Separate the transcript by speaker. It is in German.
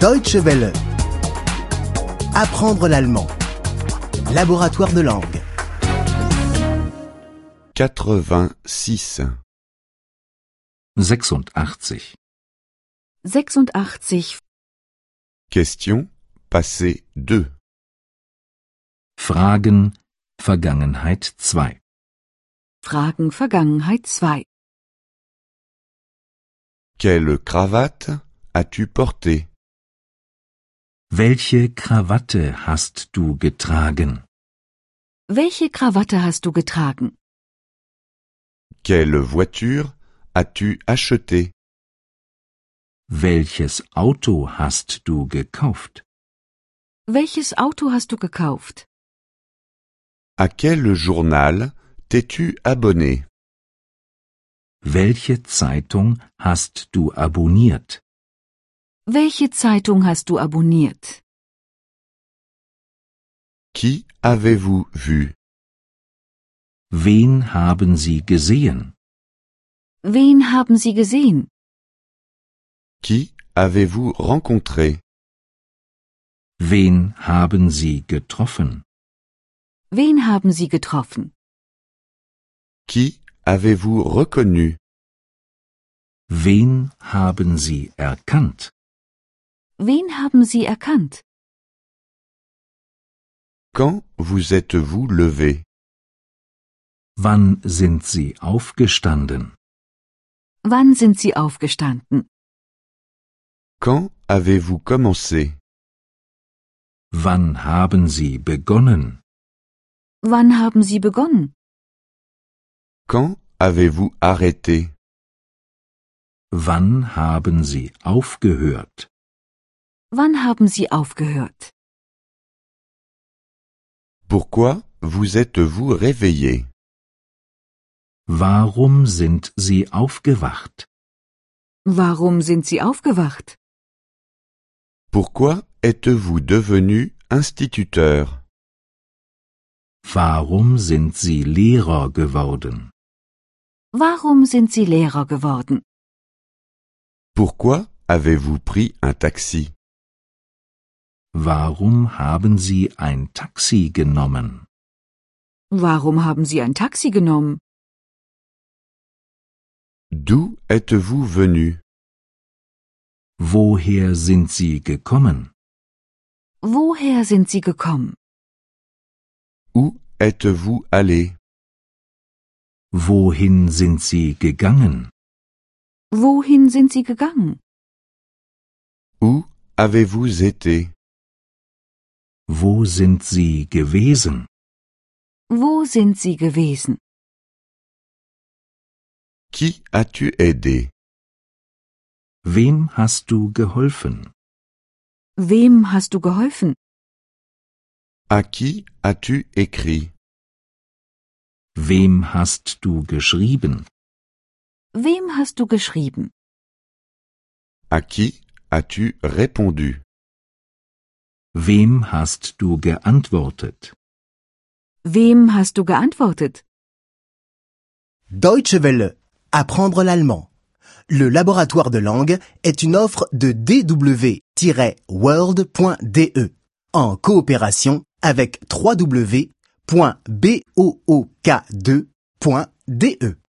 Speaker 1: Deutsche Welle. Apprendre l'allemand. Laboratoire de langue.
Speaker 2: 86.
Speaker 3: 86.
Speaker 4: 86.
Speaker 2: Question passé 2.
Speaker 3: Fragen Vergangenheit 2.
Speaker 4: Fragen Vergangenheit 2.
Speaker 2: Quelle cravate as-tu portée
Speaker 3: Welche Krawatte hast du getragen?
Speaker 4: Welche Krawatte hast du getragen?
Speaker 2: Quelle voiture as-tu achetée
Speaker 3: Welches Auto hast du gekauft?
Speaker 4: Welches Auto hast du gekauft?
Speaker 2: À quel journal t'es-tu abonné
Speaker 3: Welche Zeitung hast du abonniert?
Speaker 4: Welche Zeitung hast du abonniert?
Speaker 2: Qui avez-vous vu
Speaker 3: Wen haben sie gesehen?
Speaker 4: Wen haben sie gesehen?
Speaker 2: Qui avez-vous rencontré
Speaker 3: Wen haben sie getroffen?
Speaker 4: Wen haben sie getroffen?
Speaker 2: Qui avez-vous reconnu
Speaker 3: Wen haben sie erkannt?
Speaker 4: Wen haben sie erkannt?
Speaker 2: Quand vous êtes-vous levé
Speaker 3: Wann sind sie aufgestanden?
Speaker 4: Wann sind sie aufgestanden?
Speaker 2: Quand avez-vous commencé
Speaker 3: Wann haben sie begonnen?
Speaker 4: Wann haben sie begonnen?
Speaker 2: Quand avez-vous arrêté
Speaker 3: Wann haben sie aufgehört?
Speaker 4: Wann haben sie aufgehört?
Speaker 2: Pourquoi vous êtes-vous réveillé
Speaker 3: Warum sind sie aufgewacht?
Speaker 4: Warum sind sie aufgewacht?
Speaker 2: Pourquoi êtes-vous devenu instituteur
Speaker 3: Warum sind sie Lehrer geworden?
Speaker 4: Warum sind sie Lehrer geworden?
Speaker 2: Pourquoi avez-vous pris un taxi
Speaker 3: Warum haben sie ein Taxi genommen?
Speaker 4: Warum haben sie ein Taxi genommen?
Speaker 2: D'où êtes-vous venu
Speaker 3: Woher sind sie gekommen?
Speaker 4: Woher sind sie gekommen?
Speaker 2: Où êtes-vous allé
Speaker 3: Wohin sind sie gegangen?
Speaker 4: Wohin sind sie gegangen?
Speaker 2: Où avez-vous été
Speaker 3: Wo sind sie gewesen?
Speaker 4: Wo sind sie gewesen?
Speaker 2: Qui as-tu aidé
Speaker 3: Wem hast du geholfen?
Speaker 4: Wem hast du geholfen?
Speaker 2: À qui as-tu écrit
Speaker 3: Wem hast du geschrieben?
Speaker 4: Wem hast du geschrieben?
Speaker 2: À qui as-tu répondu
Speaker 3: Wem hast du geantwortet?
Speaker 4: Wem hast du geantwortet?
Speaker 1: Deutsche Welle. Apprendre l'allemand. Le laboratoire de langue est une offre de dw-world.de E en coopération avec www.book2.de.